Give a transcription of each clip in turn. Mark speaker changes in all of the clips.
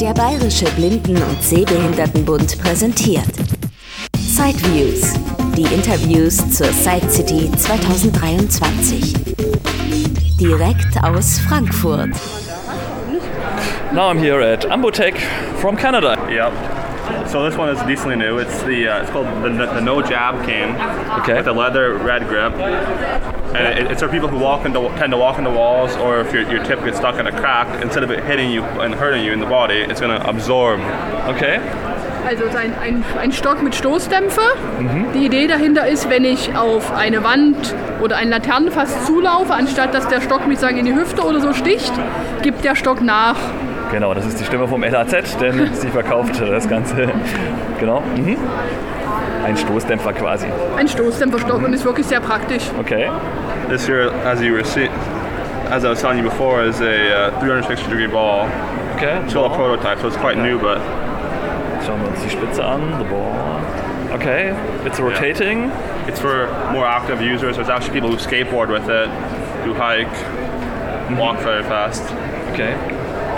Speaker 1: der Bayerische Blinden- und Sehbehindertenbund präsentiert. Sideviews. Die Interviews zur Side City 2023. Direkt aus Frankfurt.
Speaker 2: Now I'm here at Ambotech from Canada.
Speaker 3: Yep. So this one is decently new. It's the uh, it's called the, the no jab cane
Speaker 2: Okay.
Speaker 3: with a leather red grip, and it, it's for people who walk into tend to walk into walls, or if your, your tip gets stuck in a crack, instead of it hitting you and hurting you in the body, it's going to absorb.
Speaker 2: Okay.
Speaker 4: Also es ist ein, ein, ein Stock mit Stoßdämpfer. Die Idee dahinter ist, wenn ich auf eine Wand oder einen Laternenfass zulaufe, anstatt dass der Stock mich sagen in die Hüfte oder so sticht, gibt der Stock nach.
Speaker 2: Genau, das ist die Stimme vom LAZ, denn sie verkauft das Ganze. Genau. Mhm. Ein Stoßdämpfer quasi.
Speaker 4: Ein Stoßdämpferstock und ist wirklich sehr praktisch.
Speaker 2: Okay.
Speaker 3: This year, as you were see, as I was telling you before, is a uh, 360 degree ball.
Speaker 2: Okay.
Speaker 3: Still a prototype, so it's quite new, but
Speaker 2: Schauen wir uns die Spitze an. The ball. Okay. It's rotating.
Speaker 3: it's for more active users. There's actually people who skateboard with it, who hike, walk very fast.
Speaker 2: Okay.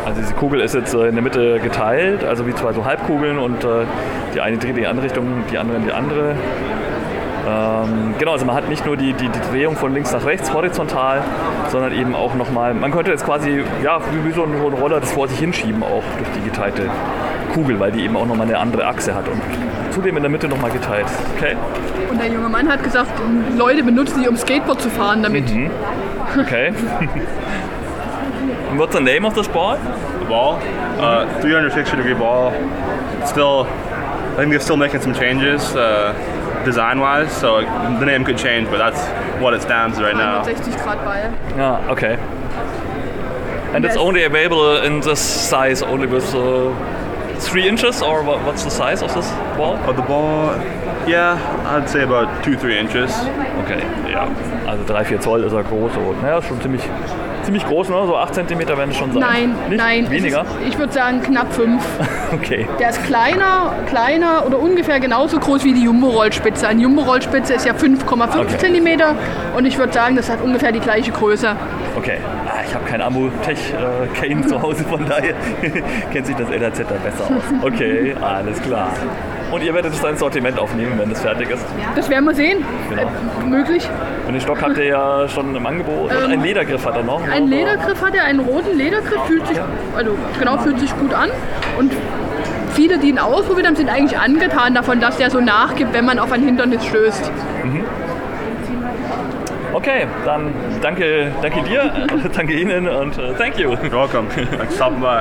Speaker 2: Also diese Kugel ist jetzt äh, in der Mitte geteilt, also wie zwei so Halbkugeln und äh, die eine dreht in die eine Richtung, die andere in die andere. Ähm, genau, also man hat nicht nur die, die, die Drehung von links nach rechts horizontal, sondern eben auch nochmal, man könnte jetzt quasi, ja, wie, wie so ein so ein Roller das vor sich hinschieben auch durch die geteilte Kugel, weil die eben auch nochmal eine andere Achse hat und zudem in der Mitte nochmal geteilt. Okay,
Speaker 4: Und der junge Mann hat gesagt, Leute benutzen die, um Skateboard zu fahren damit.
Speaker 2: okay. And What's the name of this ball?
Speaker 3: the ball. Uh, 360 degree ball. Still, I think they're still making some changes uh, design wise, so the name could change, but that's what it stands
Speaker 2: Genau.
Speaker 3: right now.
Speaker 4: 360 Grad Ball.
Speaker 2: Yeah, Ah, okay. And it's
Speaker 4: Yes.
Speaker 2: only available in this size, only with uh, three inches, or wha- what's the size of this ball?
Speaker 3: But the ball, yeah, I'd say about two, three inches.
Speaker 2: Okay, ja. Also 3-4 Zoll ist er groß. So. Naja, ist schon ziemlich, ziemlich groß, ne? So 8 cm werden es schon sein.
Speaker 4: Nein,
Speaker 2: Nicht?
Speaker 4: nein. es
Speaker 2: Weniger?
Speaker 4: Ist, ich würde sagen knapp fünf.
Speaker 2: Okay.
Speaker 4: Der ist kleiner, kleiner oder ungefähr genauso groß wie die Jumbo-Rollspitze. Eine Jumbo-Rollspitze ist ja 5,5
Speaker 2: Okay.
Speaker 4: Zentimeter und ich würde sagen, das hat ungefähr die gleiche Größe.
Speaker 2: Okay. Ah, ich habe kein Ambu-Tech-Cane zu Hause, von daher kennt sich das LRZ da besser aus. Okay, alles klar. Und ihr werdet es dann ins Sortiment aufnehmen, wenn es fertig ist.
Speaker 4: Das werden wir sehen.
Speaker 2: Genau.
Speaker 4: Äh, möglich.
Speaker 2: Und den Stock habt ihr ja schon im Angebot. Und
Speaker 4: Ähm,
Speaker 2: einen Ledergriff hat er noch.
Speaker 4: Ein Ledergriff hat er, einen roten Ledergriff, fühlt sich, also genau, fühlt sich gut an. Und viele, die ihn ausprobiert haben, sind eigentlich angetan davon, dass der so nachgibt, wenn man auf ein Hindernis stößt.
Speaker 2: Okay, dann danke, danke dir, danke Ihnen und äh, thank you.
Speaker 3: You're welcome. Like stopping by.